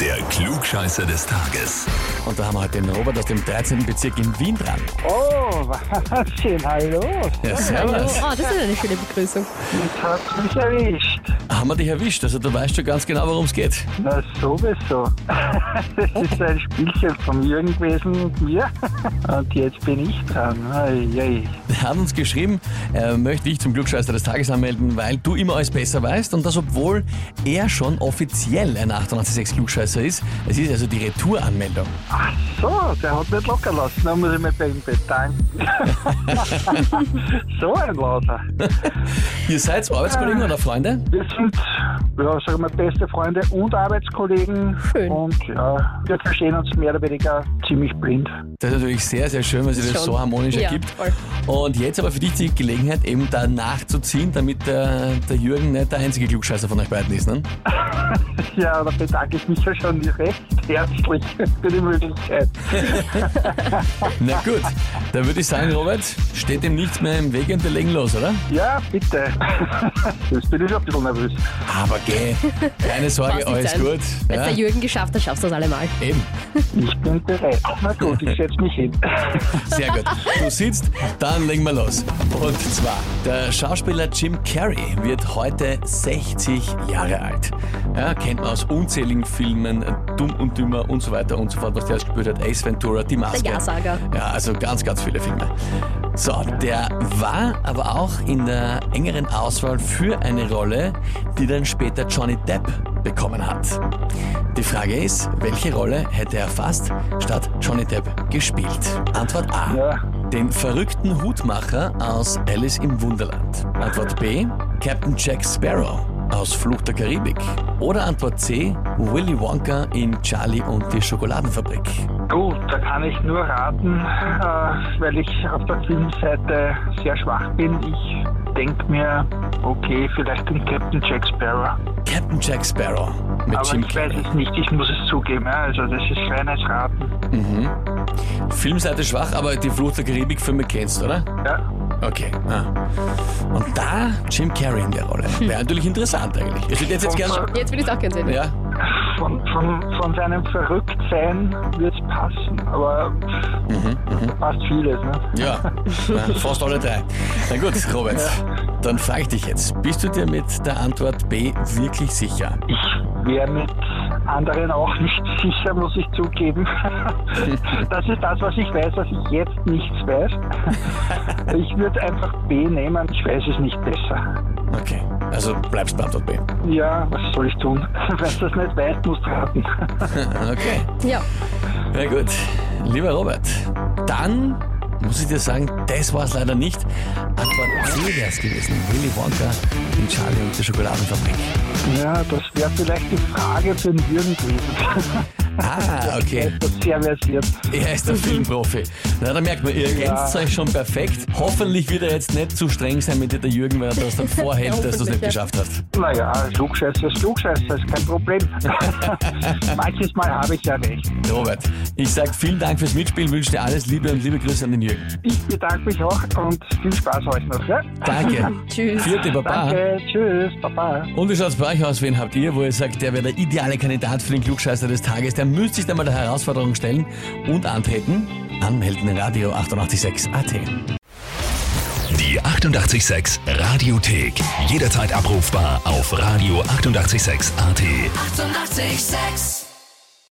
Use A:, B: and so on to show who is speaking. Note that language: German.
A: Der Klugscheißer des Tages.
B: Und da haben wir heute den Robert aus dem 13. Bezirk in Wien dran.
C: Oh, was schön, hallo.
B: Ja, servus.
D: Oh, das ist eine schöne Begrüßung.
C: Jetzt habt mich erwischt.
B: Haben wir dich erwischt, also du weißt schon ganz genau, worum es geht.
C: Na, sowieso. Das ist ein Spielchen von Jürgen gewesen und mir. Und jetzt bin ich dran. Eieiei.
B: Er hat uns geschrieben, er möchte dich zum Glückscheißer des Tages anmelden, weil du immer alles besser weißt und das, obwohl er schon offiziell ein 886 Glückscheißer ist. Es ist also die Retouranmeldung.
C: Ach so, der hat nicht locker lassen. Da muss ich mich bei ihm bedanken. so ein Lauter.
B: Ihr seid Arbeitskollegen oder Freunde?
C: Wir sind, ja, sagen wir, beste Freunde und Arbeitskollegen.
D: Schön.
C: Und ja, wir verstehen uns mehr oder weniger ziemlich blind.
B: Das ist natürlich sehr, sehr schön, wenn sich das
D: Schon.
B: so harmonisch
D: Ja,
B: ergibt.
D: voll.
B: Und jetzt aber für dich die Gelegenheit, eben da nachzuziehen, damit der, der Jürgen nicht der einzige Klugscheißer von euch beiden ist. Ne?
C: Ja, da bedanke ich mich ja schon recht herzlich für die Möglichkeit.
B: Na gut, dann würde ich sagen, Robert, steht ihm nichts mehr im Weg und wir legen los, oder?
C: Ja, bitte. Jetzt bin ich schon ein bisschen nervös.
B: Aber geh, keine Sorge,
D: Passt nicht
B: alles
D: sein.
B: gut.
D: Wenn es der Jürgen geschafft hat, schaffst du das allemal.
B: Eben,
C: Ich bin bereit. Na gut, ich setze mich hin.
B: sehr gut. Du sitzt, dann legen wir los. Und zwar, der Schauspieler Jim Carrey wird heute 60 Jahre alt. Ja, kennt man aus unzähligen Filmen, äh, Dumm und Dümmer und so weiter und so fort, was der gespielt hat, Ace Ventura, Die Maske.
D: Der Ja-Sager.
B: Ja, also ganz, ganz viele Filme. So, der war aber auch in der engeren Auswahl für eine Rolle, die dann später Johnny Depp bekommen hat. Die Frage ist, welche Rolle hätte er fast statt Johnny Depp gespielt? Antwort A.
C: Ja.
B: Den verrückten Hutmacher aus Alice im Wunderland. Antwort B. Captain Jack Sparrow aus Fluch der Karibik. Oder Antwort C. Willy Wonka in Charlie und die Schokoladenfabrik.
C: Gut, da kann ich nur raten, äh, weil ich auf der Filmseite sehr schwach bin. Ich denke mir, okay, vielleicht den Captain Jack Sparrow.
B: Captain Jack Sparrow mit
C: Aber
B: Jim
C: ich weiß
B: Carrey.
C: es nicht, ich muss es zugeben. Ja. Also das ist reines Raten.
B: Filmseite schwach, aber die Flucht der Karibik-Filme kennst, oder?
C: Ja.
B: Okay. Ah. Und da Jim Carrey in der Rolle. Wäre natürlich interessant eigentlich. Ich hätte jetzt, jetzt gerne...
D: Jetzt will ich es auch gerne sehen.
B: Ja,
C: Von, von, von seinem Verrücktsein wird es passen, aber
B: Mhm,
C: da passt vieles. Ne?
B: ja. Na, fast alle drei. Na gut, Robert. Dann frage ich dich jetzt. Bist du dir mit der Antwort B wirklich sicher?
C: Ich wäre mit anderen auch nicht sicher, muss ich zugeben. Das ist das, was ich weiß, was ich jetzt nichts weiß. Ich würde einfach B nehmen, ich weiß es nicht besser.
B: Okay. Also bleibst bei Antwort B.
C: Ja, was soll ich tun? Wenn du das nicht weißt, musst du raten.
B: Okay.
D: Ja.
B: Na gut, lieber Robert, dann muss ich dir sagen, das war es leider nicht. Antwort C wäre es gewesen. Willy Wonka in Charlie und der Schokoladenfabrik.
C: Ja, das wäre vielleicht die Frage für den Jürgen gewesen.
B: Ah, okay.
C: Das ist sehr versiert.
B: Er ist der Filmprofi. Na, da merkt man, ihr ergänzt euch schon perfekt. Hoffentlich wird er jetzt nicht zu streng sein mit dir, der Jürgen, weil er das dann vorhält, dass du es nicht
D: Hoffentlich, ja.
B: geschafft hast.
C: Naja, Flugscheiße ist Flugscheiße, ist kein Problem. Manches Mal habe ich ja recht.
B: Robert, ich sage vielen Dank fürs Mitspielen, wünsche dir alles Liebe und liebe Grüße an den Jürgen.
C: Ich bedanke mich auch und viel Spaß euch noch. Ja?
B: Danke.
D: Tschüss.
B: Vierte Baba.
C: Danke, tschüss, Baba.
B: Und wie schaut's bei euch aus? Wen habt ihr, wo ihr sagt, der wäre der ideale Kandidat für den Klugscheißer des Tages? Der müsste sich dann mal der Herausforderung stellen und antreten. Anmelden Radio 886 AT.
A: Die 88,6 Radiothek. Jederzeit abrufbar auf radio886.at. 88,6.
E: Eighty-eight, sex.